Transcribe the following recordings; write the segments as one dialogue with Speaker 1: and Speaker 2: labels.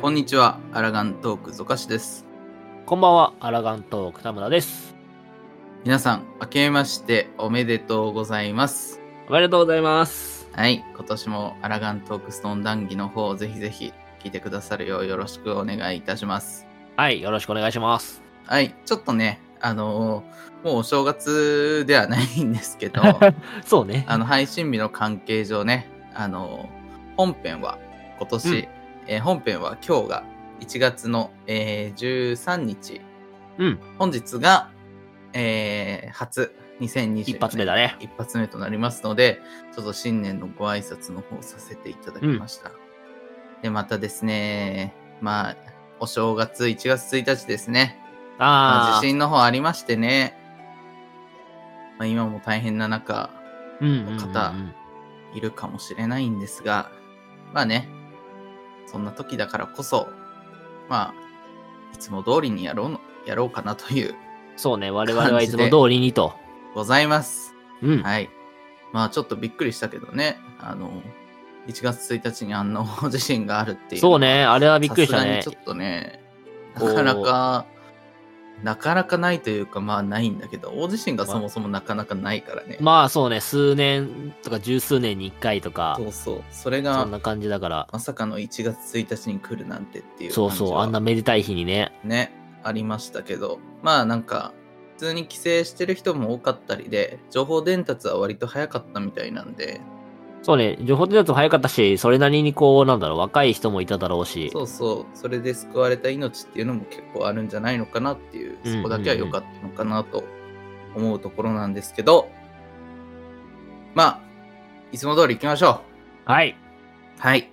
Speaker 1: こんにちは、アラガントークゾカシです。
Speaker 2: こんばんは、アラガントーク田村です。
Speaker 1: 皆さん、明けましておめでとうございます。
Speaker 2: おめでとうございます。
Speaker 1: はい、今年もアラガントークストーン談義の方をぜひぜひ聞いてくださるようよろしくお願いいたします。
Speaker 2: はい、よろしくお願いします。
Speaker 1: はい、ちょっとね、あのーもうお正月ではないんですけど、
Speaker 2: そうね。
Speaker 1: あの配信日の関係上ね、あのー本編は今年、
Speaker 2: うん
Speaker 1: えー本編は今日が1月の、えー13日、
Speaker 2: うん、
Speaker 1: 本日が、えー初2020年
Speaker 2: 一発目だね。
Speaker 1: 一発目となりますので、ちょっと新年のご挨拶の方させていただきました。で、またですね、まあ、お正月1月1日ですね、まあ
Speaker 2: ああ
Speaker 1: 地、震の方ありましてね、まあ、今も大変な中、
Speaker 2: うんうんうんうん
Speaker 1: 方いるかもしれないんですが、まあね、そんな時だからこそ、まあ、いつも通りにやろうの、やろうかなという、
Speaker 2: そうね、我
Speaker 1: 感じ
Speaker 2: 々
Speaker 1: で
Speaker 2: はいつも通りにと。
Speaker 1: ございます。
Speaker 2: うん。
Speaker 1: はい。まあちょっとびっくりしたけどね、あの、1月1日にあの地震があるっていう。
Speaker 2: そう。ね、あれはびっくりした
Speaker 1: さ
Speaker 2: ね
Speaker 1: すが。にちょっとね、な
Speaker 2: こう
Speaker 1: かなか、なかなかないというか、まあないんだけど、大地震がそもそもなかなかないからね。
Speaker 2: まあそうね、数年とか十数年に一回とか
Speaker 1: そ、うそう。それ
Speaker 2: そ
Speaker 1: が
Speaker 2: ん、な感じだから。
Speaker 1: まさかの1月1日に来るなんてっていう
Speaker 2: そ
Speaker 1: 感
Speaker 2: う
Speaker 1: じは。
Speaker 2: そう、あんなめでたい日にね。
Speaker 1: ね、ありましたけど、まあなんか、普通に帰省してる人も多かったりで、情報伝達は割と早かったみたいなんで、
Speaker 2: そうね、情報伝達も早かったし、それなりにこう、なんだろう、若い人もいただろうし。
Speaker 1: そうそう、それで救われた命っていうのも結構あるんじゃないのかなっていう、
Speaker 2: うん
Speaker 1: そこだけは良かったのかなと思うところなんですけど、まあ、いつも通り行きましょ
Speaker 2: はい。
Speaker 1: う。はい。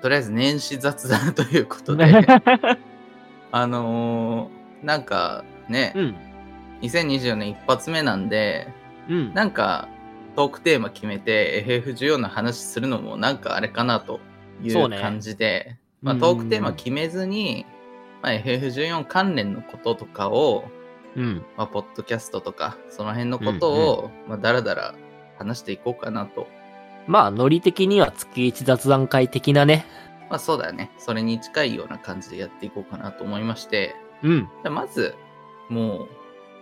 Speaker 1: とりあえず年始雑談ということ で、
Speaker 2: う
Speaker 1: あのーなんかね、
Speaker 2: ん。
Speaker 1: 2024年一発目なんで、
Speaker 2: うん。
Speaker 1: なんかトークテーマ決めて FF14 の話するのもなんかあれかなとい
Speaker 2: そううね
Speaker 1: 感じで、まあ、
Speaker 2: うん
Speaker 1: トークテーマ決めずに、まあ、FF14 関連のこととかを、
Speaker 2: うん。
Speaker 1: まあ、ポッドキャストとかその辺のことを、まあ、だらだら話していこうかなと。
Speaker 2: まあ、ノリ的には月一雑談会的なね。
Speaker 1: まあそうだよね。それに近いような感じでやっていこうかなと思いまして。
Speaker 2: うん。
Speaker 1: じゃあまず、も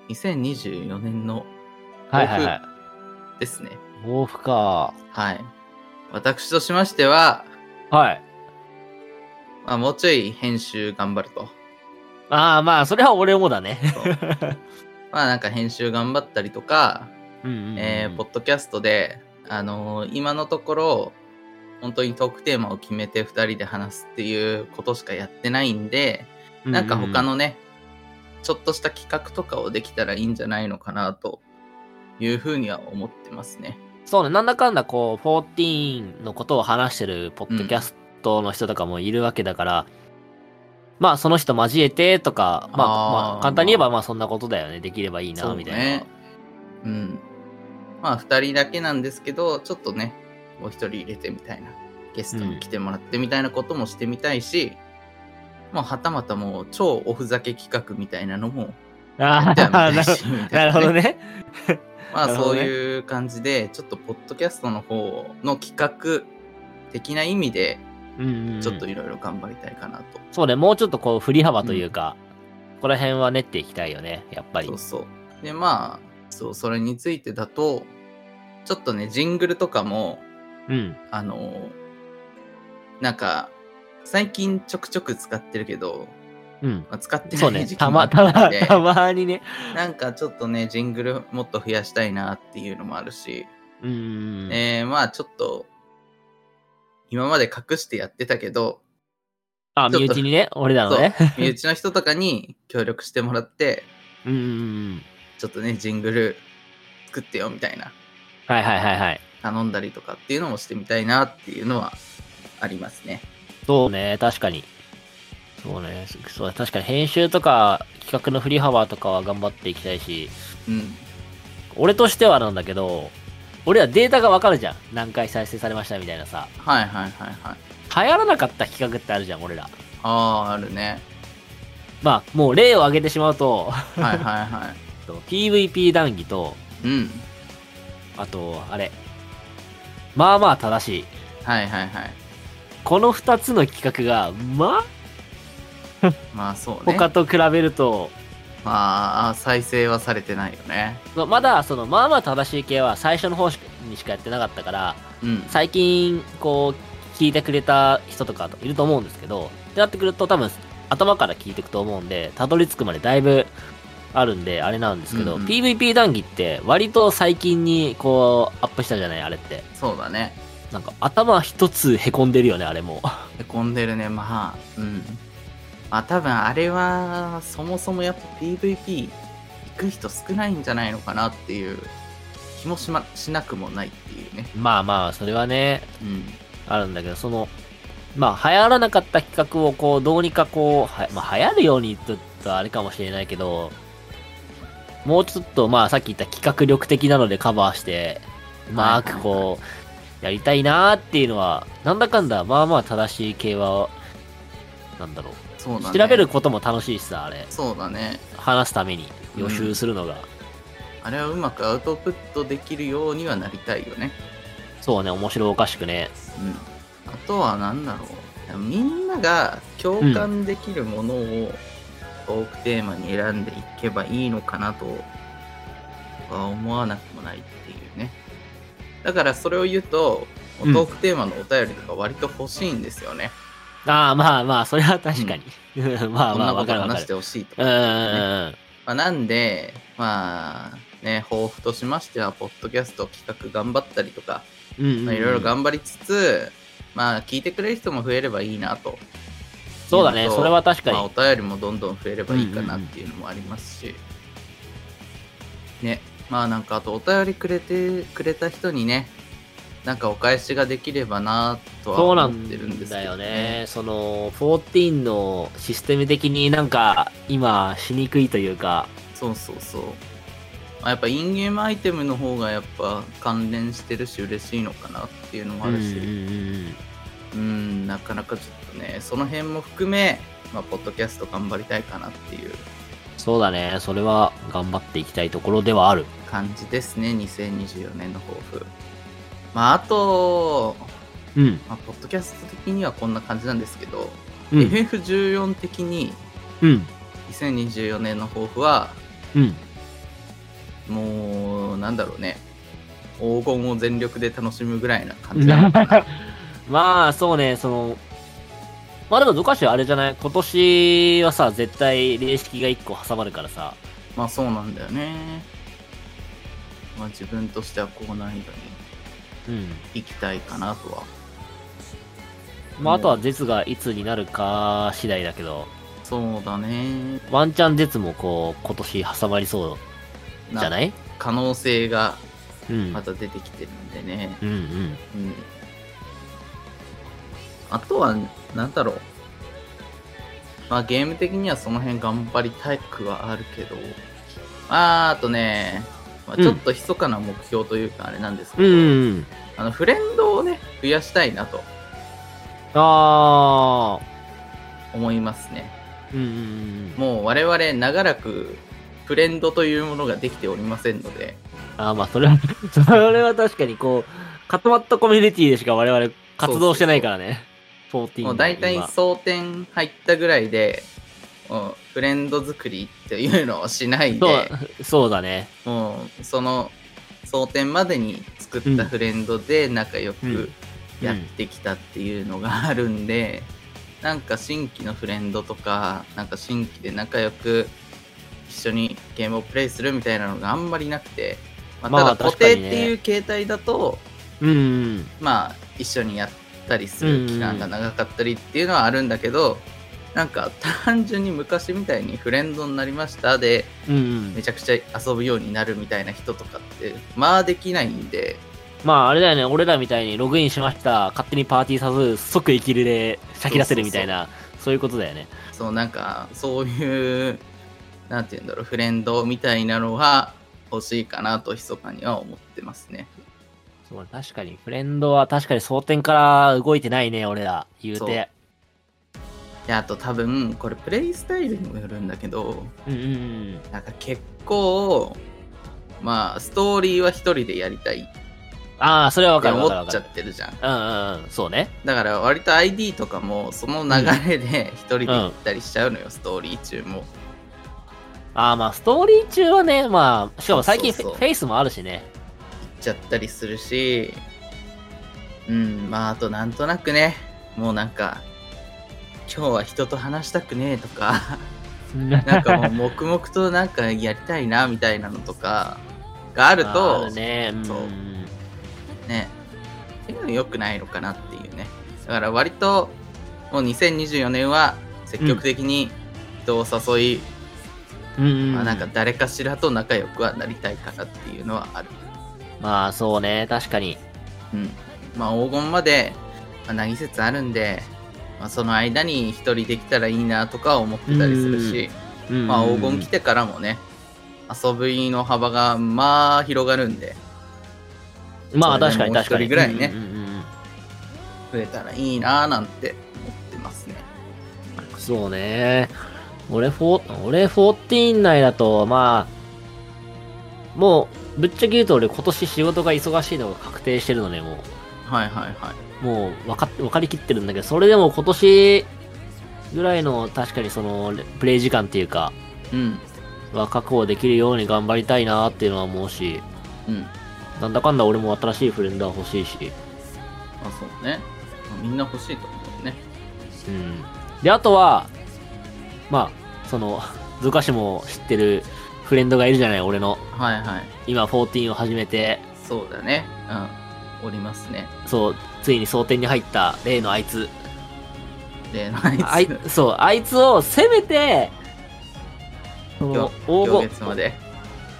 Speaker 1: う、2024年の
Speaker 2: はいはいはい。
Speaker 1: ですね。
Speaker 2: 毛布か。
Speaker 1: はい。私としましては、
Speaker 2: はい。
Speaker 1: まあ、もうちょい編集頑張ると。
Speaker 2: ああ、まあ、それは俺もだね。
Speaker 1: そうまあなんか編集頑張ったりとか、
Speaker 2: うんうんうん
Speaker 1: えーポッドキャストで、あのー今のところ、本当にトークテーマを決めて2人で話すっていうことしかやってないんで、なんか他。のね、ちょっとした企画とかをできたらいいんじゃないのかなというふうには思ってますね。
Speaker 2: そうね、なんだかんだこう、14のことを話してるポッドキャストの人とかもいるわけだから、まあ、その人交えてとか、まあ、
Speaker 1: あー
Speaker 2: まあ、簡単に言えば、まあ、そんなことだよね。できればいいな、みたいな。
Speaker 1: うん。まあ2人だけなんですけど、ちょっとね、もう1人入れてみたいな、ゲストに来てもらってみたいなこともしてみたいし、もうはたまたもう超おふざけ企画みたいなの もや
Speaker 2: あ
Speaker 1: ってはみ た
Speaker 2: あ、ないる
Speaker 1: し、みた
Speaker 2: ない
Speaker 1: な
Speaker 2: るほど
Speaker 1: ね。
Speaker 2: ね。
Speaker 1: まあ
Speaker 2: なるほ
Speaker 1: そ
Speaker 2: ど
Speaker 1: う
Speaker 2: ね
Speaker 1: いう感じで、ちょっとポッドキャストの方の企画的な意味で、
Speaker 2: うんうんうん
Speaker 1: ちょっといろいろ頑張りたいかなと。
Speaker 2: そうね、もうちょっとこう、振り幅というか、ここら辺は練っていきたいよね、やっぱり。
Speaker 1: そうそう。で、まあ、そう、それについてだと、ちょっとね、ジングルとかも、
Speaker 2: うん。
Speaker 1: あの、なんか、最近ちょくちょく使ってるけど、
Speaker 2: うん。
Speaker 1: まあ使って
Speaker 2: そう
Speaker 1: ない
Speaker 2: ね、
Speaker 1: 時期
Speaker 2: た
Speaker 1: もあ
Speaker 2: ま、
Speaker 1: ったの
Speaker 2: たま、
Speaker 1: で、
Speaker 2: たまにね。
Speaker 1: なんかちょっとね、ジングルもっと増やしたいなっていうのもあるし、
Speaker 2: うんうんうん。
Speaker 1: えーまあちょっと、今まで隠してやってたけど、
Speaker 2: あ、
Speaker 1: ちょっ
Speaker 2: 身
Speaker 1: と
Speaker 2: 内にね、俺らのね。
Speaker 1: 身内の人とかに協力してもらって、
Speaker 2: うんうんうん。
Speaker 1: ちょっとね、ジングル作ってよみたいな、
Speaker 2: はいはいはいはい。
Speaker 1: 頼んだりとかっていうのもしてみたいなっていうのはありますね。
Speaker 2: そうね、確かに。そうね、そう確かに編集とか企画の振り幅とかは頑張っていきたいし、
Speaker 1: うん。
Speaker 2: 俺としてはなんだけど、俺はデータがわかるじゃん。何回再生されましたみたいなさ。
Speaker 1: はいはいはいはい。
Speaker 2: 流行らなかった企画ってあるじゃん、俺ら。
Speaker 1: ああー、あるね。
Speaker 2: まあ、もう例を挙げてしまうと、
Speaker 1: はいはいはい。
Speaker 2: PVP 談義と、
Speaker 1: うん。
Speaker 2: あと、あれ。まあまあ正しい。
Speaker 1: はいはいはい。
Speaker 2: この二つの企画が、ま
Speaker 1: まあそうね。
Speaker 2: 他と比べると、
Speaker 1: まあ、再生はされてないよね。
Speaker 2: ままだそのまあまあ正しい系は最初の方しかにしかやってなかったから、
Speaker 1: うん。
Speaker 2: 最近こう聞いてくれた人とかいると思うんですけどってなってくると多分頭から聞いていくと思うんでたどり着くまでだいぶあるんであれなんですけど、
Speaker 1: うんうん
Speaker 2: PVP 談義って割と最近にこうアップしたじゃないあれって
Speaker 1: そうだね。
Speaker 2: なんか頭一つへこんでるよねあれも
Speaker 1: へこんでるね、まあ。うん。まあ多分あれは、そもそもやっぱ PVP 行く人少ないんじゃないのかなっていう気もし,、ま、しなくもないっていうね。
Speaker 2: まあまあそれはね
Speaker 1: うん。
Speaker 2: あるんだけどそのまあ流行らなかった企画をこうどうにかこうは、まあ、流行るようにととあれかもしれないけどもうちょっとまあさっき言った企画力的なのでカバーしてうまく
Speaker 1: はいはい
Speaker 2: こうやりたいなーっていうのはなんだかんだまあまあ正しい系はなんだろう
Speaker 1: そうだね。
Speaker 2: 調べることも楽しいしさあれ
Speaker 1: そうだね。
Speaker 2: 話すために予習するのが、
Speaker 1: あれはうまくアウトプットできるようにはなりたいよね。
Speaker 2: そうね面白おかしくね
Speaker 1: うん。あとは何だろう。みんなが共感できるものをトークテーマに選んでいけばいいのかなとは思わなくもないっていうね。だからそれを言うと、ト
Speaker 2: うん
Speaker 1: ークテーマのお便りとか割と欲しいんですよね。
Speaker 2: ああまあまあそれは確かに、まあ
Speaker 1: こん
Speaker 2: ま
Speaker 1: な
Speaker 2: あ
Speaker 1: こ
Speaker 2: わ
Speaker 1: と
Speaker 2: かるわか
Speaker 1: 話し
Speaker 2: る
Speaker 1: てほしいとか。
Speaker 2: うんうんうん
Speaker 1: まあ、なんで、まあ、ね、抱負としましては、ポッドキャスト企画頑張ったりとか、
Speaker 2: うんうんうん
Speaker 1: まあ、いろいろ頑張りつつ、まあ、聞いてくれる人も増えればいいなと。
Speaker 2: そうだね、それは確か
Speaker 1: まあ、お
Speaker 2: に。
Speaker 1: 便りもどんどん増えればいいかなっていうのもありますし、ねまあなんかあとお便りくれてくれた人にねなんかお返しができればなと
Speaker 2: そう
Speaker 1: は
Speaker 2: な
Speaker 1: 思ってるんで
Speaker 2: ん
Speaker 1: すけ
Speaker 2: だ
Speaker 1: ど
Speaker 2: よね。その、14のシステム的になんか、今、しにくいというか、
Speaker 1: そうそうそう、まあ、やっぱインゲームアイテムの方がやっぱ関連してるし嬉しいのかなっていうのもあるし、
Speaker 2: うんうんうん
Speaker 1: うん、なかなかちょっとね、その辺も含め、まあ、ポッドキャスト頑張りたいかなっていう
Speaker 2: そうだね、それは頑張っていきたいところではある。
Speaker 1: 感じですね、2024年の抱負。まあ、あと、
Speaker 2: うん、
Speaker 1: まあ、ポッドキャスト的にはこんな感じなんですけど、
Speaker 2: うん、
Speaker 1: FF14 的に
Speaker 2: うん、
Speaker 1: 2024年の抱負は、
Speaker 2: うん。
Speaker 1: もう、なんだろうね、黄金を全力で楽しむぐらいな 感じなのかな。
Speaker 2: まあ、そうね、その、まあでも、どかしはあれじゃない今年はさ、絶対、霊式が1個挟まるからさ、
Speaker 1: まあ、そうなんだよね。まあ、自分としては高難易度に
Speaker 2: うん。
Speaker 1: 行きたいかなとは
Speaker 2: まあ、あとは、絶がいつになるか次第だけど、
Speaker 1: そうだね。
Speaker 2: ワンチャン絶もこう、今年挟まりそうじゃない
Speaker 1: 可能性が
Speaker 2: うん。
Speaker 1: また出てきてるんでね。
Speaker 2: うんうん。
Speaker 1: うん。あとは、なんだろう。まあゲーム的にはその辺頑張りたくはあるけど。あーあとね、まあ、
Speaker 2: うん
Speaker 1: ちょっと密かな目標というかあれなんですけ
Speaker 2: うん
Speaker 1: ど、
Speaker 2: うん。
Speaker 1: あのフレンドをね、増やしたいなと
Speaker 2: ああ。
Speaker 1: 思いますね。
Speaker 2: うんうんうん。
Speaker 1: もう我々長らくフレンドというものができておりませんので、
Speaker 2: ああ、まあ、それは、 それは確かにこう、固まったコミュニティでしか我々活動してないからね。14
Speaker 1: もう大体
Speaker 2: 今
Speaker 1: 争点入ったぐらいで、もうフレンド作りっていうのをしないで、
Speaker 2: そう、そうだね。
Speaker 1: もうその争点までに作ったフレンドで仲良
Speaker 2: うん
Speaker 1: くやってきたっていうのがあるんで、なんか新規のフレンドとか、なんか新規で仲良く一緒にゲームをプレイするみたいなのがあんまりなくて、まあ、
Speaker 2: まあ
Speaker 1: ただ固
Speaker 2: 確か
Speaker 1: 定っ
Speaker 2: にね
Speaker 1: ていう形態だと、
Speaker 2: うんうん。
Speaker 1: まあ一緒にやったりする期間が長かったりっていうのはあるんだけど、なんか単純に昔みたいにフレンドになりましたで
Speaker 2: うんうん
Speaker 1: め。ちゃくちゃ遊ぶようになるみたいな人とかってまあできないんで
Speaker 2: まあ、あれだよね。俺らみたいにログインしました。勝手にパーティー誘う。即生きるで先出せるみたいな。そういうことだよね。
Speaker 1: そうなんかそういうなんて言うんだろうフレンドみたいなのが欲しいかなと密かには思ってますね。
Speaker 2: そう確かに、フレンドは確かに争点から動いてないね、俺ら。言う
Speaker 1: そう
Speaker 2: て。
Speaker 1: であと多分これプレイスタイルにもよるんだけど
Speaker 2: うんうんうん。
Speaker 1: なんか結構まあストーリーは一人でやりたい
Speaker 2: ああ、それはわかる
Speaker 1: 思
Speaker 2: わかるわ
Speaker 1: っち
Speaker 2: か
Speaker 1: ゃ
Speaker 2: る
Speaker 1: っ。てるじゃん。
Speaker 2: うんうんうん、そうね。
Speaker 1: だから割と ID とかもその流れで一人で行ったりしちゃうのよ、ストーリー中も。
Speaker 2: ああ、まあ、ストーリー中はね、まあ、しかも最近フ
Speaker 1: そうそ
Speaker 2: ェ
Speaker 1: うそう
Speaker 2: フェイスもあるしね。
Speaker 1: 行っちゃったりするし、うん、まああとなんとなくね、もうなんか、今日は人と話したくねえと か、なんかもう黙々となんかやりたいなみたいなのとかがある
Speaker 2: あ
Speaker 1: と、
Speaker 2: るね、うん
Speaker 1: そうね、っていうの良くないのかなっていうね。だから割と、もう2024年は積極的に人を誘い、
Speaker 2: うんうん。
Speaker 1: まあ、なんか誰かしらと仲良くはなりたいかなっていうのはある。
Speaker 2: まあ、そうね、確かに。
Speaker 1: うん。まあ黄金まで、まあ、何節あるんで、まあ、その間に一人できたらいいなとか思ってたりするし、
Speaker 2: うん
Speaker 1: まあ黄金来てからもね、遊びの幅がまあ広がるんで、
Speaker 2: まあ、確かに
Speaker 1: それでもう
Speaker 2: 確か
Speaker 1: 一人
Speaker 2: に。
Speaker 1: ぐらいね
Speaker 2: うんうんうんうん
Speaker 1: 増えたらいいなーなんて思ってますね。
Speaker 2: そうね。俺、フォ俺14内だと、まあ、もう、ぶっちゃけ言うと俺今年仕事が忙しいのが確定してるのね、も
Speaker 1: はいはいはい。
Speaker 2: う、もう分かっ、分かりきってるんだけど、それでも今年ぐらいの確かにその、レプレイ時間っていうか、
Speaker 1: うん。
Speaker 2: は確保できるように頑張りたいなっていうのは思うし、
Speaker 1: うん。
Speaker 2: なんだかんだ俺も新しいフレンドは欲しいし、
Speaker 1: まあそうね。まあみんな欲しいと思うね。
Speaker 2: うん。で、あとは、まあ、その、ずかしも知ってるフレンドがいるじゃない、俺の。
Speaker 1: はいはい。
Speaker 2: 今14を始めて、
Speaker 1: そうだね。うん。おりますね。
Speaker 2: そう、ついに争点に入った例のあ いつ。
Speaker 1: で、ナイツ。
Speaker 2: あい、そう、あいつをせめて、そ
Speaker 1: 今
Speaker 2: の
Speaker 1: 日今
Speaker 2: 黄
Speaker 1: 月ま
Speaker 2: 金、
Speaker 1: で。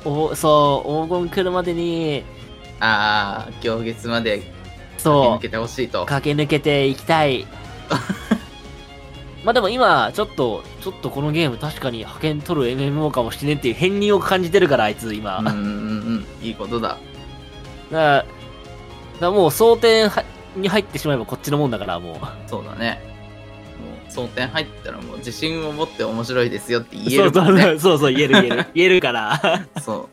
Speaker 2: おそう、黄金来るまでに、
Speaker 1: ああ、今日月まで
Speaker 2: そ
Speaker 1: 抜
Speaker 2: う
Speaker 1: け、てほしいと。
Speaker 2: 駆け抜けていき たい。まあでも今、ちょっと、ちょっとこのゲーム確かに派遣取る MMO かもしれんっていう変人を感じてるから、あいつ今。
Speaker 1: うんう
Speaker 2: だか
Speaker 1: んうん。いいことだ。
Speaker 2: ら、だからもう争点はに入ってしまえばこっちのもんだから、もう。
Speaker 1: そうだね。もう、争点入ったらもう自信を持って面白いですよって言える
Speaker 2: そう
Speaker 1: か
Speaker 2: そ
Speaker 1: ら
Speaker 2: うそ
Speaker 1: ね。
Speaker 2: う そうそう、言える言える。言えるから。
Speaker 1: そ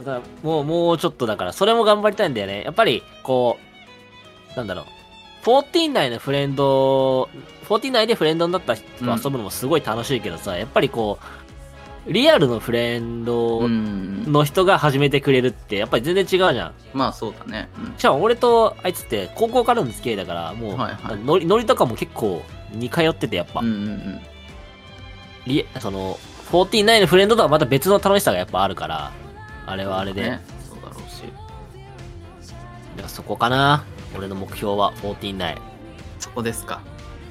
Speaker 1: う。
Speaker 2: だからもう、もうちょっとだから、それも頑張りたいんだよね。やっぱり、こう、なんだろう。14内のフレンド、14内でフレンドになった人と遊ぶのもすごい楽しいけどさ、やっぱりこう、リアルのフレン
Speaker 1: う
Speaker 2: ド
Speaker 1: ん。
Speaker 2: の人が始めてくれるって、やっぱり全然違うじゃん。
Speaker 1: まあそうだね。うん
Speaker 2: しかも俺とあいつって高校からの付き合いだから、もう、
Speaker 1: はいはい
Speaker 2: ノリノリとかも結構似通ってて、やっぱ、
Speaker 1: うんうんうん。
Speaker 2: リその、14のフレンドとはまた別の楽しさがやっぱあるから、あれはあれで。
Speaker 1: ね。そうだろうし。
Speaker 2: だからそこかな俺の目標は14内
Speaker 1: そこですか。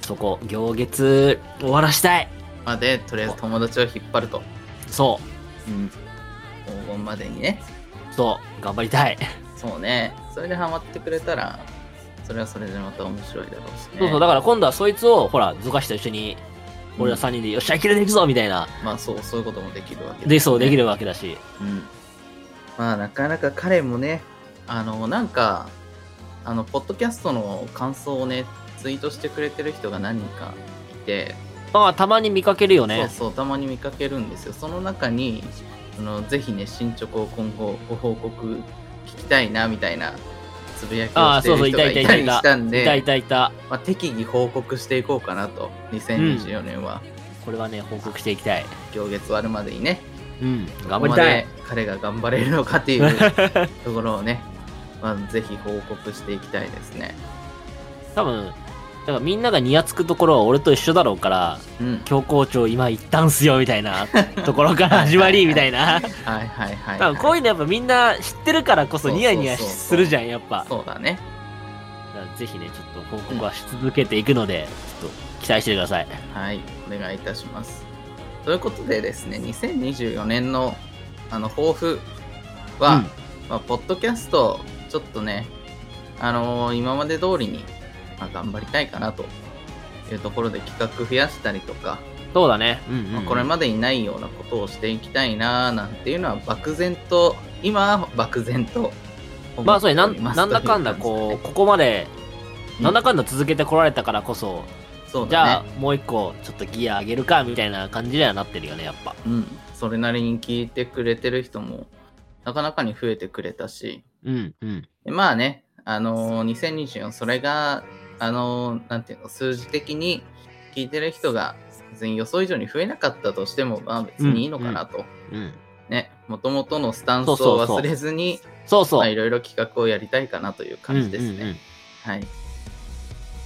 Speaker 2: そこ行月終わらしたい
Speaker 1: まで、とりあえず友達を引っ張ると。
Speaker 2: そ
Speaker 1: うん。黄金までにね。
Speaker 2: うそう頑張りたい、
Speaker 1: そうね。それでハマってくれたら、それはそれでまた面白いだろうしね。
Speaker 2: そうそうだから今度はそいつをほらゾカシと一緒に俺ら3人で、よっしゃ生きれていくぞみたいな
Speaker 1: まあそう、そういうこともできるわけ
Speaker 2: でそうでき
Speaker 1: る。
Speaker 2: るわけだし
Speaker 1: うん。まあなかなか彼もね、あの、なんか、あの、ポッドキャストの感想をね、ツイートしてくれてる人が何人かいて、
Speaker 2: まあたまに見かけるよね
Speaker 1: そうそう、たまに見かけるんですよ。その中に、あのぜひね、進捗を今後ご報告聞きたいな、みたいな、つぶやき
Speaker 2: あ
Speaker 1: を
Speaker 2: あ
Speaker 1: して
Speaker 2: そう
Speaker 1: る
Speaker 2: そうい
Speaker 1: 人
Speaker 2: た
Speaker 1: が
Speaker 2: いた
Speaker 1: い
Speaker 2: い
Speaker 1: た
Speaker 2: た
Speaker 1: り
Speaker 2: いた
Speaker 1: し
Speaker 2: い
Speaker 1: たんで、
Speaker 2: たいたいた
Speaker 1: まあ、適宜報告していこうかなと2024年は、
Speaker 2: これはね報告していきたい
Speaker 1: 行月終わるまでにね
Speaker 2: うん頑
Speaker 1: ここ
Speaker 2: 張り
Speaker 1: ま
Speaker 2: たい
Speaker 1: で彼が頑張れるのかっていう ところをね、まあ、ぜひ報告していきたいですね
Speaker 2: 多分だからみんながニヤつくところは俺と一緒だろうから
Speaker 1: うん
Speaker 2: 教校長今行ったんすよみたいなところから始まりみたい
Speaker 1: は
Speaker 2: な
Speaker 1: いはいはい、
Speaker 2: 多分こういうのやっぱみんな知ってるからこそ
Speaker 1: そうそうそうそう
Speaker 2: ニヤニヤするじゃんやっぱ
Speaker 1: そうだね
Speaker 2: だからぜひねちょっと報告はし続けていくので、ちょっと期待してください
Speaker 1: はいお願いいたしますということでですね2024年のあの抱負は、
Speaker 2: うん
Speaker 1: まあ、ポッドキャストちょっとねあのー今まで通りに、まあ、頑張りたいかなというところで企画増やしたりとか、
Speaker 2: そうだねうん、うん
Speaker 1: まあこれまでにないようなことをしていきたいなーなんていうのは漠然と今は漠然と
Speaker 2: まあそれなんなんだかんだこうここまで
Speaker 1: うん
Speaker 2: なんだかんだ続けてこられたからこそ、
Speaker 1: うそう
Speaker 2: じゃ
Speaker 1: だ
Speaker 2: あ
Speaker 1: ね
Speaker 2: もう一個ちょっとギア上げるかみたいな感じにはなってるよねやっぱ
Speaker 1: うんそれなりに聞いてくれてる人もなかなかに増えてくれたし
Speaker 2: うん、うん。
Speaker 1: でまあね、あのー2024、それが、あのーなんていうの、数字的に聞いてる人が、別に予想以上に増えなかったとしても、まあ別にいいのかなと。
Speaker 2: うん。
Speaker 1: ね、もともとのスタンスを
Speaker 2: そうそうそう
Speaker 1: 忘れずに、
Speaker 2: そうそ
Speaker 1: まあ
Speaker 2: う
Speaker 1: い。ろいろ企画をやりたいかなという感じですね。
Speaker 2: うんうんうん
Speaker 1: はい。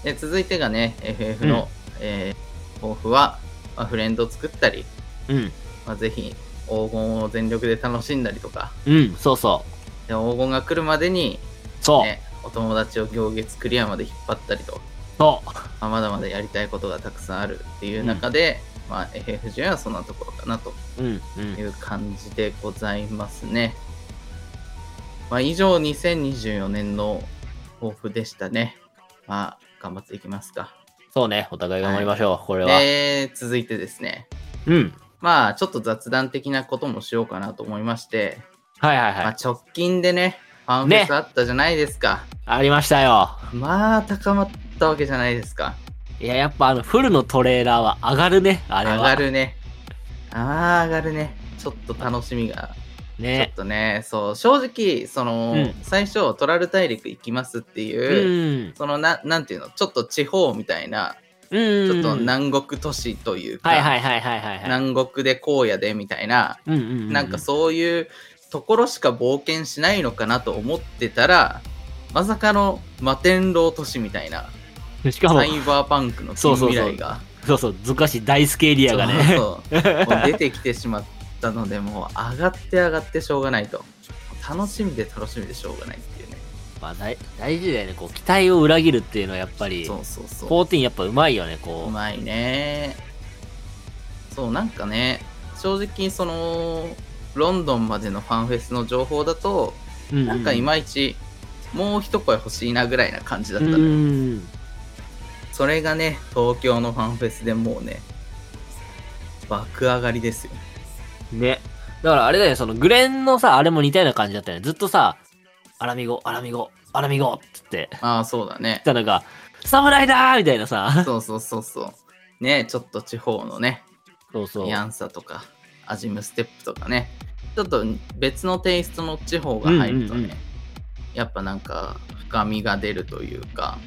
Speaker 1: で、続いてがね、FF の、えー抱負は、まあ、フレンド作ったり、
Speaker 2: うん。
Speaker 1: まあ、ぜひ黄金を全力で楽しんだりとか、
Speaker 2: うん、そうそう。
Speaker 1: で黄金が来るまでに、
Speaker 2: そう。
Speaker 1: ね、お友達を行月クリアまで引っ張ったりと、
Speaker 2: そう。
Speaker 1: まあ、まだまだやりたいことがたくさんあるっていう中で、まあ、FF10 はそんなところかなと
Speaker 2: うん、う
Speaker 1: い
Speaker 2: ん。
Speaker 1: う感じでございますね。まあ、以上、2024年の抱負でしたね。まあ、頑張っていきますか。
Speaker 2: そうね。お互い頑張りましょう、これは。
Speaker 1: で、続いてですね。
Speaker 2: うん。
Speaker 1: まあ、ちょっと雑談的なこともしようかなと思いまして、
Speaker 2: はいはい
Speaker 1: ま
Speaker 2: は
Speaker 1: あ
Speaker 2: い。
Speaker 1: 直近でね、ファンフェスあったじゃないですか。
Speaker 2: ありましたよ。
Speaker 1: まあ、高まったわけじゃないですか。
Speaker 2: いや、やっぱあの、フルのトレーラーは上がるね、あれは。
Speaker 1: 上が。るね。ああ、上がるね。ちょっと楽しみがちょっ
Speaker 2: ね。
Speaker 1: とね、そう、正直、その、
Speaker 2: うん
Speaker 1: 最初、トラル大陸行きますって
Speaker 2: う
Speaker 1: いう、
Speaker 2: ん。
Speaker 1: そのな、なんていうの、ちょっと地方みたいな、
Speaker 2: うん。
Speaker 1: ちょっと南国都市というか、
Speaker 2: はいはいはいはいはいはい。
Speaker 1: 南国で荒野でみたいな、
Speaker 2: うんうんうん、
Speaker 1: なんかそういうところしか冒険しないのかなと思ってたら、まさかの摩天楼都市みたいな、
Speaker 2: う。しかも
Speaker 1: サ、イバーパンクの
Speaker 2: そ
Speaker 1: 近
Speaker 2: うそうそう
Speaker 1: 未来が、
Speaker 2: そうそう、ずかし大スケエリアがね。
Speaker 1: そうそうもう出てきてしまったので、もう上がって上がってしょうがないと。楽しみで楽しみでしょうがないっていうね。
Speaker 2: まあ大、大事だよね。こう、期待を裏切るっていうのはやっぱり、
Speaker 1: そうそうそう。
Speaker 2: 14やっぱうまいよね、こ
Speaker 1: う
Speaker 2: う。
Speaker 1: まいね。そう、なんかね、正直、その、ロンドンまでのファンフェスの情報だと、
Speaker 2: う
Speaker 1: なんかいまいち、もう一声欲しいなぐらいな感じだったの
Speaker 2: う
Speaker 1: よ。
Speaker 2: ん。
Speaker 1: それがね、東京のファンフェスでもうね、爆上がりですよ。
Speaker 2: ね。だからあれだよね、そのグレンのさ、あれも似たような感じだったよね。ずっとさ、アラミゴ、アラミゴ、アラミゴって言って、
Speaker 1: ああ、そうだね
Speaker 2: 来。たのが、侍だーみたいなさ。
Speaker 1: そうそうそうそう。ね、ちょっと地方のね、
Speaker 2: そうそう。
Speaker 1: ヤンサとか、アジムステップとかね、ちょっと別のテイストの地方が入るとね、
Speaker 2: うんうんうん
Speaker 1: やっぱなんか深みが出るというか、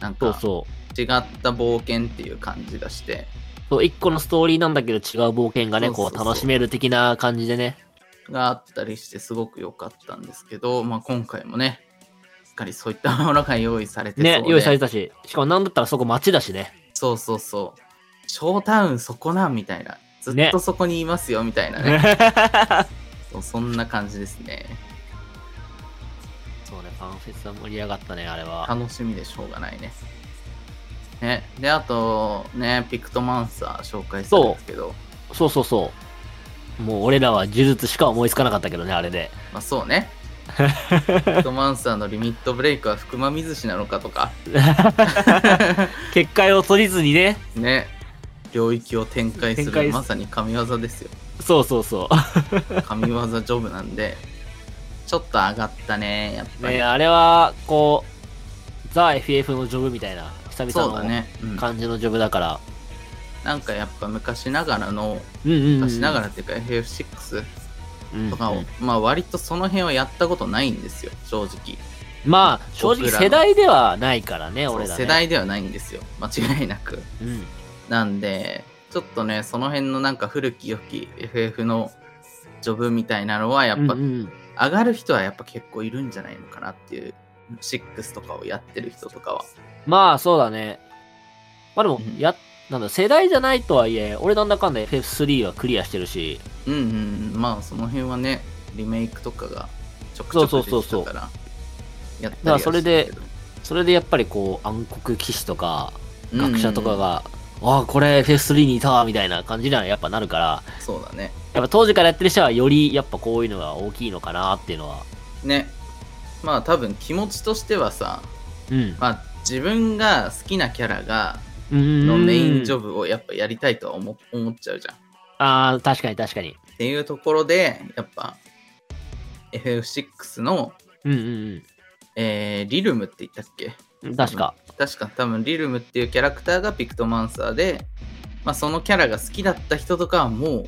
Speaker 1: なん
Speaker 2: そう
Speaker 1: か
Speaker 2: そう。
Speaker 1: 違った冒険っていう感じがして、
Speaker 2: そう、一個のストーリーなんだけど違う冒険がね、
Speaker 1: そうそう
Speaker 2: こ
Speaker 1: そう
Speaker 2: う楽しめる的な感じでね。
Speaker 1: があったりしてすごく良かったんですけど、まあ今回もね、しっかりそういったものが用意されてそうで、
Speaker 2: ね、用意されたし、しかもなんだったらそこ街だしね。
Speaker 1: そうそうそう。ショータウンそこなんみたいな。ずっ
Speaker 2: ね
Speaker 1: とそこにいますよみたい なね。そうそんな感じですね。
Speaker 2: そうね、ファンフェスは盛り上がったね、あれは。
Speaker 1: 楽しみでしょうがないね。ね、で、あと、ね、ピクトマンサー紹介したんですけど、
Speaker 2: そうそうそう。もう俺らは呪術しか思いつかなかったけどね、あれで。
Speaker 1: まあそう ね。ピクトマンサーのリミットブレイクは福間水しなのかとか、
Speaker 2: 結界を閉じずにね。
Speaker 1: ね、領域を展開す
Speaker 2: 展開
Speaker 1: る、
Speaker 2: す
Speaker 1: まさに神業ですよ。
Speaker 2: そうそうそ
Speaker 1: 神業ジョブなんで、ちょっと上がったね、やっ
Speaker 2: う。
Speaker 1: ぱり。
Speaker 2: ね、あれは、こう、ザ・ FF のジョブみたいな、久
Speaker 1: そう
Speaker 2: 々
Speaker 1: だ
Speaker 2: の
Speaker 1: ね、うん。
Speaker 2: 感じのジョブだから。
Speaker 1: なんかやっぱ昔ながらの、
Speaker 2: うんうん、うん。
Speaker 1: 昔ながらっていうか FF6
Speaker 2: うん
Speaker 1: とかを、
Speaker 2: うん
Speaker 1: まあ割とその辺はやったことないんですよ、正直。
Speaker 2: まあ、正直
Speaker 1: 僕らの
Speaker 2: 世代ではないからね、
Speaker 1: そう
Speaker 2: 俺ら、ね。
Speaker 1: 世代ではないんですよ間違いなく
Speaker 2: うん。
Speaker 1: なんでちょっとねその辺のなんか古き良き FF のジョブみたいなのはやっぱ、
Speaker 2: うんうん
Speaker 1: 上がる人はやっぱ結構いるんじゃないのかなっていう6とかをやってる人とかは
Speaker 2: まあそうだね。まあでも
Speaker 1: うん、
Speaker 2: や、なんだ、世代じゃないとはいえ、俺なんだかんだ FF3 はクリアしてるし、
Speaker 1: うんうんうんまあその辺はねリメイクとかがちょくち
Speaker 2: そ
Speaker 1: ょ
Speaker 2: うそう
Speaker 1: く
Speaker 2: そ
Speaker 1: 出
Speaker 2: う
Speaker 1: て
Speaker 2: そう
Speaker 1: たからやったり
Speaker 2: だからそれで
Speaker 1: はしてる
Speaker 2: それでやっぱりこう、暗黒騎士とか、
Speaker 1: けど
Speaker 2: 学者とかが、ああ、これ FF3 にいたわみたいな感じにはやっぱなるから、
Speaker 1: うんうんそうだね
Speaker 2: やっぱ当時からやってる人はよりやっぱこういうのが大きいのかなっていうのは。
Speaker 1: ねまあ多分気持ちとしてはさ
Speaker 2: うん。
Speaker 1: まあ自分が好きなキャラがの
Speaker 2: の
Speaker 1: メインジョ
Speaker 2: ブ。
Speaker 1: ブをやっぱやりたいとは思思っちゃうじゃん。っ
Speaker 2: ああ、確かに確かに。
Speaker 1: ていうところで、やっぱ FF6 の、
Speaker 2: うんうん
Speaker 1: えーリルムって言ったっけ
Speaker 2: うん。確か。
Speaker 1: 確か多分リルムっていうキャラクターがピクトマンサーで、まあ、そのキャラが好きだった人とかはも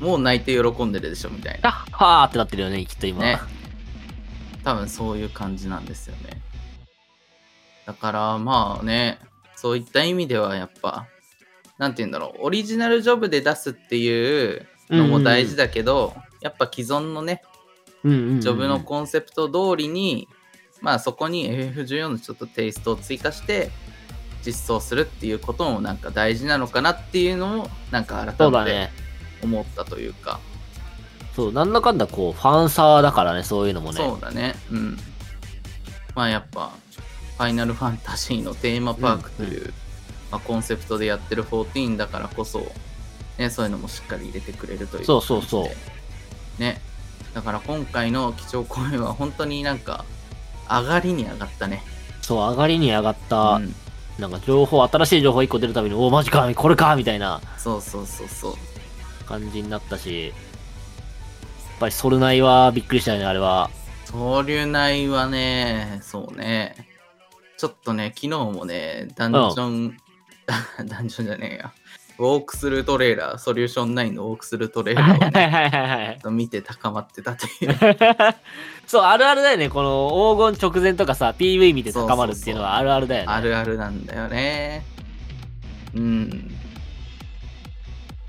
Speaker 1: う、もう泣いて喜んでるでしょみたい
Speaker 2: あはーってなってるよね、きっと
Speaker 1: な。
Speaker 2: 今。
Speaker 1: ね。多分そういう感じなんですよね。だからまあね、そういった意味ではやっぱ、なんて言うんだろう、オリジナルジョブで出すっていうのも大事だけど、やっぱ既存のね、
Speaker 2: うんうんうん
Speaker 1: ジョブのコンセプト通りに、まあそこに FF14 のちょっとテイストを追加して、実装するっていうこともなんか大事なのかなっていうのをなんか改
Speaker 2: そうだ
Speaker 1: めて
Speaker 2: ね。
Speaker 1: 思ったというか
Speaker 2: そう、なんだかんだこう、ファンサーだからね、そういうのもね。
Speaker 1: そうだねうんまあやっぱ「ファイナルファンタジー」のテーマパークという、まあ、コンセプトでやってる14だからこそ、ね、そういうのもしっかり入れてくれるという
Speaker 2: そうそうそう
Speaker 1: 感じでねだから今回の基調講演は本当になんか上がりに上がったね
Speaker 2: そう、上がりに上がった、
Speaker 1: うん、
Speaker 2: なんか情報、新しい情報1個出るたびに、おお、マジか、これか、みたいな
Speaker 1: そうそうそうそう
Speaker 2: 感じになったし、やっぱりソルナイはびっくりしたよね、あれは。
Speaker 1: 総流内はね、そうね。ちょっとね、昨日もね、ダンジョン、 ダンジョンじゃねえや。ウォークスルートレーラー、ソリューション9のウォークスルートレーラーを、ね、
Speaker 2: はいはい
Speaker 1: ちょっと見て高まってたと いう。
Speaker 2: はい。 そう、あるあるだよね。この黄金直前とかさ、PV 見て高まるっていうのはあるあるだよね。
Speaker 1: あるあるなんだよね。うん。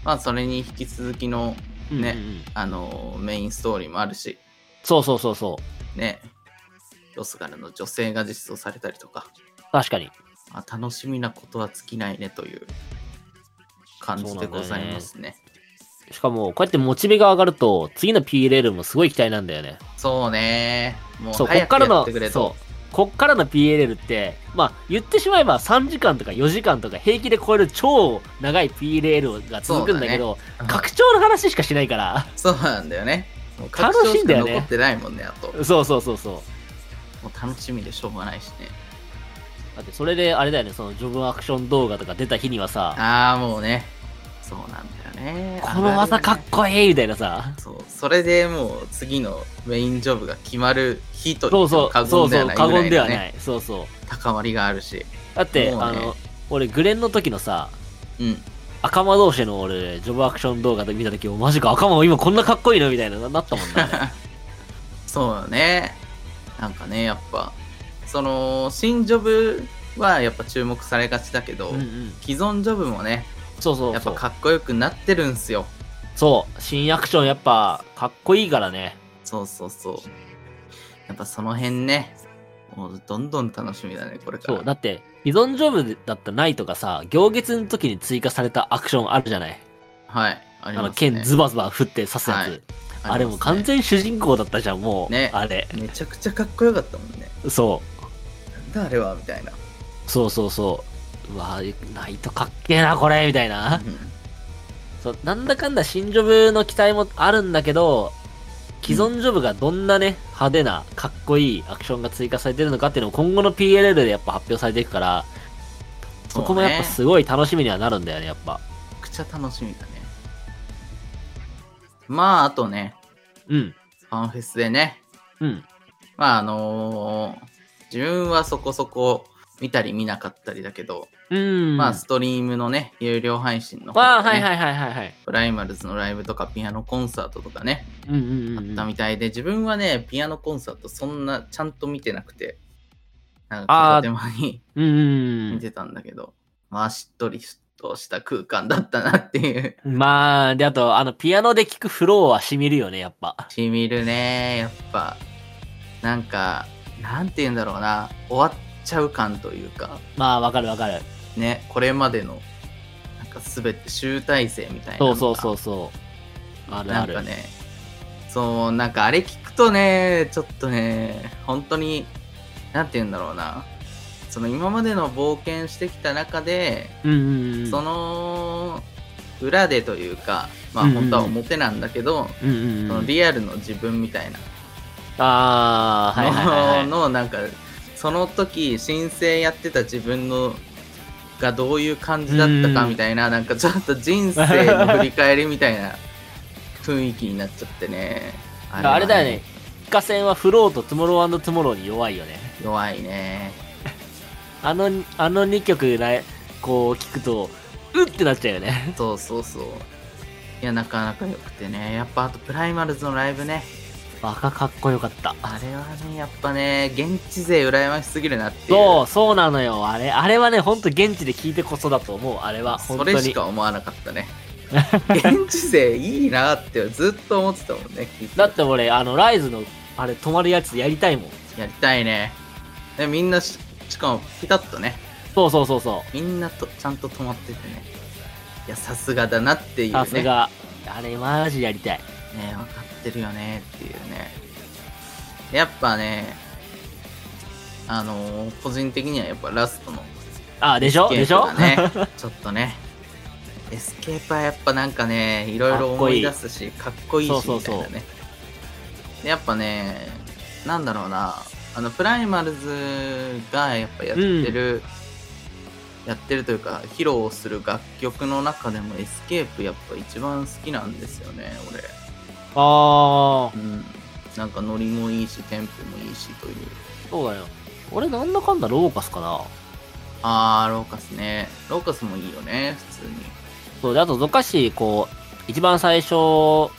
Speaker 1: まあ、それに引き続きの、
Speaker 2: うんうんうん
Speaker 1: ねあの、メインストーリーもあるし、
Speaker 2: そうそうそうそ
Speaker 1: ね。ロスからの女性が実装されたりとか。
Speaker 2: う。確かに。
Speaker 1: まあ、楽しみなことは尽きないねという感じでございますね。
Speaker 2: しかも、こうやってモチベが上がると、次の PLL もすごい期待なんだよね。
Speaker 1: そうねもう
Speaker 2: そう、こ
Speaker 1: 早
Speaker 2: っ
Speaker 1: く
Speaker 2: から
Speaker 1: や
Speaker 2: の
Speaker 1: ってくれ、
Speaker 2: そ
Speaker 1: と。
Speaker 2: う、こっからの PLL って、まあ、言ってしまえば3時間とか4時間とか平気で超える超長い PLL が続くんだけ
Speaker 1: そ
Speaker 2: ど、
Speaker 1: うだねうん
Speaker 2: 拡張の話しかしないから、
Speaker 1: そうなんだよね。もう
Speaker 2: 楽しいんだよ
Speaker 1: 確証しか
Speaker 2: ね
Speaker 1: 残ってないもんね、あと。も
Speaker 2: そうそうそうそう。
Speaker 1: う楽しみでしょうがないしね。
Speaker 2: だってそれであれだよね、そのジョブアクション動画とか出た日にはさ、
Speaker 1: ああ、もうね。そうなんだよね。
Speaker 2: この技かっ
Speaker 1: あるある
Speaker 2: こいいみたいなさ
Speaker 1: ね。そう、それでもう次のメインジョブが決まる日と
Speaker 2: そ
Speaker 1: 言
Speaker 2: う
Speaker 1: っても
Speaker 2: そう、
Speaker 1: 過
Speaker 2: そ
Speaker 1: 言
Speaker 2: う
Speaker 1: で
Speaker 2: そ
Speaker 1: は
Speaker 2: う、
Speaker 1: ない
Speaker 2: 過
Speaker 1: ぐら
Speaker 2: 言
Speaker 1: い
Speaker 2: で
Speaker 1: の
Speaker 2: は
Speaker 1: ね、
Speaker 2: ない。そうそう。
Speaker 1: 高まりがあるし。
Speaker 2: だって、
Speaker 1: もうね
Speaker 2: あの、俺、グレンの時のさ、
Speaker 1: うん。
Speaker 2: 赤間同士の俺、ジョブアクション動画で見た時、おマジか赤間今こんなかっこいいのみたいな、ななったも んな。
Speaker 1: そうよね。なんかね、やっぱ、その、新ジョブはやっぱ注目されがちだけど、
Speaker 2: うんうん。
Speaker 1: 既存ジョブもね、
Speaker 2: そうそうそう。
Speaker 1: やっぱかっこよくなってるんすよ。
Speaker 2: そう、新アクションやっぱかっこいいからね。
Speaker 1: そうそうそう。やっぱその辺ね、もうどんどん楽しみだね、これから。
Speaker 2: そう、だって、既存ジョブだったナイトがさ、行月の時に追加されたアクションあるじゃない。
Speaker 1: はい。あ
Speaker 2: あ
Speaker 1: り
Speaker 2: の、
Speaker 1: ますね。
Speaker 2: 剣ズバズバ振って刺すやつ。
Speaker 1: はいります
Speaker 2: あ
Speaker 1: ね
Speaker 2: れもう完全主人公だったじゃん、もう。
Speaker 1: ね
Speaker 2: あれ。
Speaker 1: めちゃくちゃかっこよかったもんね。
Speaker 2: そ
Speaker 1: なんだあれはみたいな。
Speaker 2: う。そうそうそう。うわナイトかっけえな、これみたいな。
Speaker 1: うん
Speaker 2: そう、なんだかんだ新ジョブの期待もあるんだけど、既存ジョブがどんなね、派手な、かっこいいアクションが追加されてるのかっていうのも今後の PLL でやっぱ発表されていくから、そこもやっぱ
Speaker 1: そうね
Speaker 2: すごい楽しみにはなるんだよね、やっぱ。
Speaker 1: めちゃくちゃ楽しみだね。まあ、あとね、
Speaker 2: うん。
Speaker 1: ファンフェスでね、
Speaker 2: うん。
Speaker 1: まああのー自分はそこそこ見たり見なかったりだけど、
Speaker 2: うん。
Speaker 1: まあストリームのね、有料配信の方
Speaker 2: ああ、
Speaker 1: で
Speaker 2: はい
Speaker 1: ね
Speaker 2: はいはいはいはい。
Speaker 1: プライマルズのライブとかピアノコンサートとかね、
Speaker 2: うんうん
Speaker 1: あ
Speaker 2: うんう
Speaker 1: っ
Speaker 2: ん。
Speaker 1: たみたいで、自分はね、ピアノコンサートそんなちゃんと見てなくて、なん
Speaker 2: あ
Speaker 1: か
Speaker 2: ー
Speaker 1: 片手間に
Speaker 2: うんうん
Speaker 1: 見てたんだけど、まあしっとりとした空間だったなっていう。
Speaker 2: うん。まあ、で、あと、あの、ピアノで聴くフローは染みるよね、やっぱ。
Speaker 1: しみるね、やっぱ。なんか、なんて言うんだろうな、終わっちゃう感というか。
Speaker 2: まあ、わかるわかる。
Speaker 1: ねこれまでのなんか全て集大成みたいなの
Speaker 2: そう
Speaker 1: が
Speaker 2: そうそうそう。ある
Speaker 1: な
Speaker 2: あ
Speaker 1: ん
Speaker 2: る。
Speaker 1: かねそうなんかあれ聞くとねちょっとね本当になんて言うんだろうなその今までの冒険してきた中で、
Speaker 2: うんうんうん。
Speaker 1: その裏でというかまあ
Speaker 2: うんうん
Speaker 1: 本当は表なんだけど、
Speaker 2: うんうんうん。
Speaker 1: そのリアルの自分みたいな
Speaker 2: ああ、はいはいはい、はい。
Speaker 1: ののなんかその時申請やってた自分のがどういう感じだったかみたいな、なんかちょっと人生の振り返りみたいな雰囲気になっちゃってねあ
Speaker 2: あれだよね。ヒカセンはフローとトゥモロートゥモローに弱いよね。
Speaker 1: 弱いね
Speaker 2: あの、あの2曲な、こう聞くと、うってなっちゃうよね。
Speaker 1: そうそうそういやなかなか良くてねやっぱあとプライマルズのライブね
Speaker 2: バカかっこよかった。
Speaker 1: あれはね、やっぱね、現地勢羨ましすぎるなっていう。
Speaker 2: そう、そうなのよ。あれ、あれはね、ほんと現地で聞いてこそだと思う。あれは、本
Speaker 1: そ
Speaker 2: 当
Speaker 1: れし
Speaker 2: に。
Speaker 1: か思わなかったね。現地勢いいなってずっと思ってたもんね、聞いて
Speaker 2: だって俺、あの、ライズの、あれ、止まるやつやりたいもん。
Speaker 1: やりたいね。でみんなし、しかもピタッとね、
Speaker 2: そうそうそうそ。
Speaker 1: みんなとちゃんと止まっててね。いや、さすがだなっていうう
Speaker 2: さ
Speaker 1: ね。
Speaker 2: すが。あれ、マジやりたい。
Speaker 1: ね分かってるよねっていうねやっぱねあのー個人的にはやっぱラストの
Speaker 2: あ、でしょ
Speaker 1: エ
Speaker 2: で
Speaker 1: ス
Speaker 2: し
Speaker 1: ケー
Speaker 2: ょ
Speaker 1: プがね ちょっとねエスケープはやっぱなんかねいろいろ思い出すしかっこいいし
Speaker 2: そう
Speaker 1: みた
Speaker 2: そう
Speaker 1: い
Speaker 2: そう
Speaker 1: なねでやっぱねなんだろうなあのプライマルズがやっぱやってる、やってるというか披露する楽曲の中でもエスケープやっぱ一番好きなんですよね俺
Speaker 2: あー、
Speaker 1: うん、なんかノリもいいしテンポもいいしという
Speaker 2: そうだよ。俺、なんだかんだローカスかな。
Speaker 1: あーローカスねローカスもいいよね普通に
Speaker 2: そう、で、あと、ゾカシ、こう、一番最初、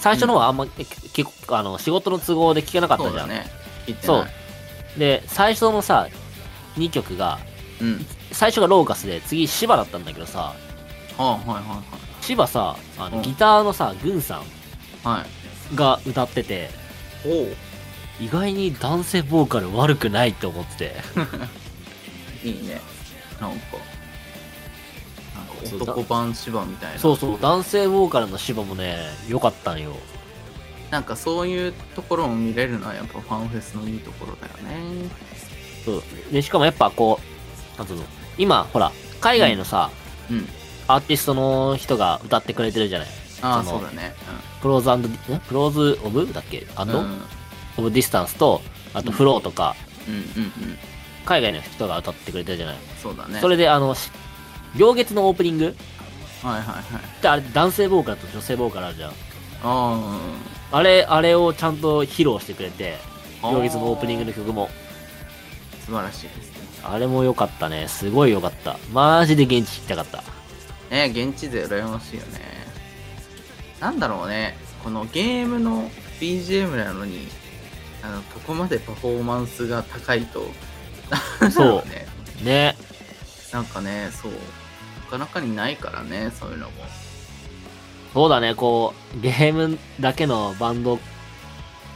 Speaker 2: 最初のはあんま、えききあの、仕事の都合で聞けなかった
Speaker 1: そう
Speaker 2: じゃ
Speaker 1: だ
Speaker 2: ん。
Speaker 1: ね切って
Speaker 2: そ
Speaker 1: な
Speaker 2: う
Speaker 1: い
Speaker 2: で、最初のさ、2曲が、
Speaker 1: ううん
Speaker 2: 最初がローカスで、次、シバだったんだけどさ、
Speaker 1: はあはいは
Speaker 2: 千葉さあの、
Speaker 1: うん
Speaker 2: ギターのさ軍
Speaker 1: い
Speaker 2: さ
Speaker 1: はいはい
Speaker 2: んが歌ってて
Speaker 1: おう
Speaker 2: 意外に男性ボーカル悪くないと思ってて
Speaker 1: いいねなんか
Speaker 2: そ
Speaker 1: なん
Speaker 2: うだ
Speaker 1: か男版芝みたいな
Speaker 2: そうそう男性ボーカルの芝もね良かったんよ
Speaker 1: なんかそういうところも見れるのはやっぱファンフェスのいいところだよね
Speaker 2: そうでしかもやっぱこうなんつうの今ほら海外のさ、
Speaker 1: うん
Speaker 2: アーティストの人が歌ってくれてるじゃない
Speaker 1: ああ
Speaker 2: その
Speaker 1: そうだね
Speaker 2: クローズアンドクローズオブだっけア
Speaker 1: う
Speaker 2: ン
Speaker 1: ん
Speaker 2: ド、
Speaker 1: うん
Speaker 2: オブディスタンスとあとフローとか、
Speaker 1: うんうんうん
Speaker 2: 海外の人が歌ってくれてるじゃない、
Speaker 1: そうだね
Speaker 2: それであのし行月のオープニングっ
Speaker 1: はいはいはい
Speaker 2: てあれ男性ボーカルと女性ボーカルあるじゃん
Speaker 1: あ
Speaker 2: あれ、あれをちゃんと披露してくれて、
Speaker 1: あ
Speaker 2: 行月のオープニングの曲も。
Speaker 1: 素晴らしいですね
Speaker 2: あれも良かったね。すごい良かった。マジで現地行きたかった。
Speaker 1: ね現地勢羨ましいよねなんだろうねこのゲームの BGM なのにあのここまでパフォーマンスが高いとなんだろね
Speaker 2: ね。
Speaker 1: なんかねそうなかなかにないからねそういうのも
Speaker 2: そうだね、こう、ゲームだけのバンド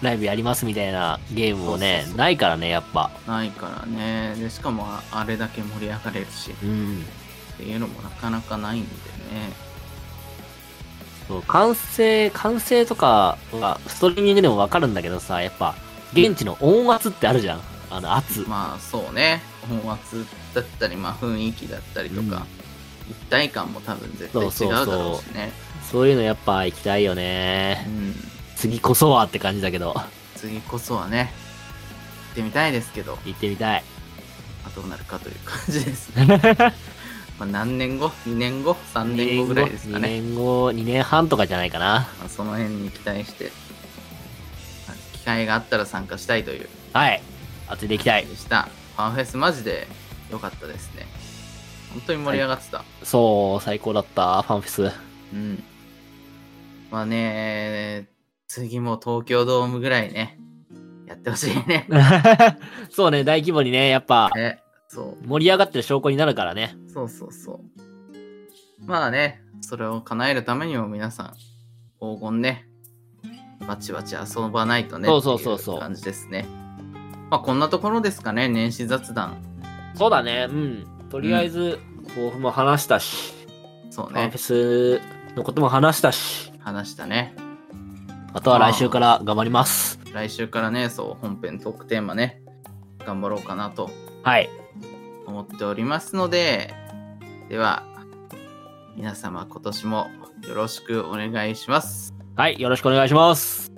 Speaker 2: ライブやりますみたいなゲームも
Speaker 1: そう
Speaker 2: ね、
Speaker 1: そうそう
Speaker 2: ないからね、やっぱ。
Speaker 1: ないからねでしかもああれだけ盛り上がれるし
Speaker 2: うん。
Speaker 1: っていうのもなかなかないんでね
Speaker 2: そう完成、完成とかは、ストリーミングでもわかるんだけどさ、やっぱ、現地の音圧ってあるじゃん。あの、圧。
Speaker 1: まあそうね音圧だったり、まあ、雰囲気だったりとか、一体感も多分絶対違うだろうしね
Speaker 2: そういうのやっぱ行きたいよね。
Speaker 1: うん
Speaker 2: 次こそはって感じだけど、
Speaker 1: 次こそはね行ってみたいですけど、
Speaker 2: 行ってみたい。
Speaker 1: まあ、どうなるかという感じです ねまあ何年後2年後3年後ぐらいですか
Speaker 2: 2
Speaker 1: ね、
Speaker 2: 年後、2年半とかじゃないかな。
Speaker 1: まあ、その辺に期待して、まあ機会があったら参加したいという
Speaker 2: はい。当てていきたい。
Speaker 1: でしたファンフェスマジで良かったですね本当に盛り上がってた、
Speaker 2: そう、最高だった。ファンフェス。
Speaker 1: うんまあね次も東京ドームぐらいねやってほしい ね
Speaker 2: そうね、大規模にね、やっぱ、
Speaker 1: えそう
Speaker 2: 盛り上がってる証拠になるからね。
Speaker 1: そうそうそう。まあね、それを叶えるためにも皆さん、黄金ね、バチバチ遊ばないとね、
Speaker 2: そうそうそうそう
Speaker 1: ってい感じですね。まあこんなところですかね、年始雑談。
Speaker 2: そうだね、うん。とりあえず、抱負も話したし、
Speaker 1: そう
Speaker 2: ファン
Speaker 1: ね
Speaker 2: フ、ェスのことも話したし、
Speaker 1: 話したね。
Speaker 2: あとは来週から頑張ります。
Speaker 1: 来週からね、そう、本編トークテーマね、頑張ろうかなと
Speaker 2: はい。
Speaker 1: 思っておりますので、では、皆様今年もよろしくお願いします。
Speaker 2: はい、よろしくお願いします。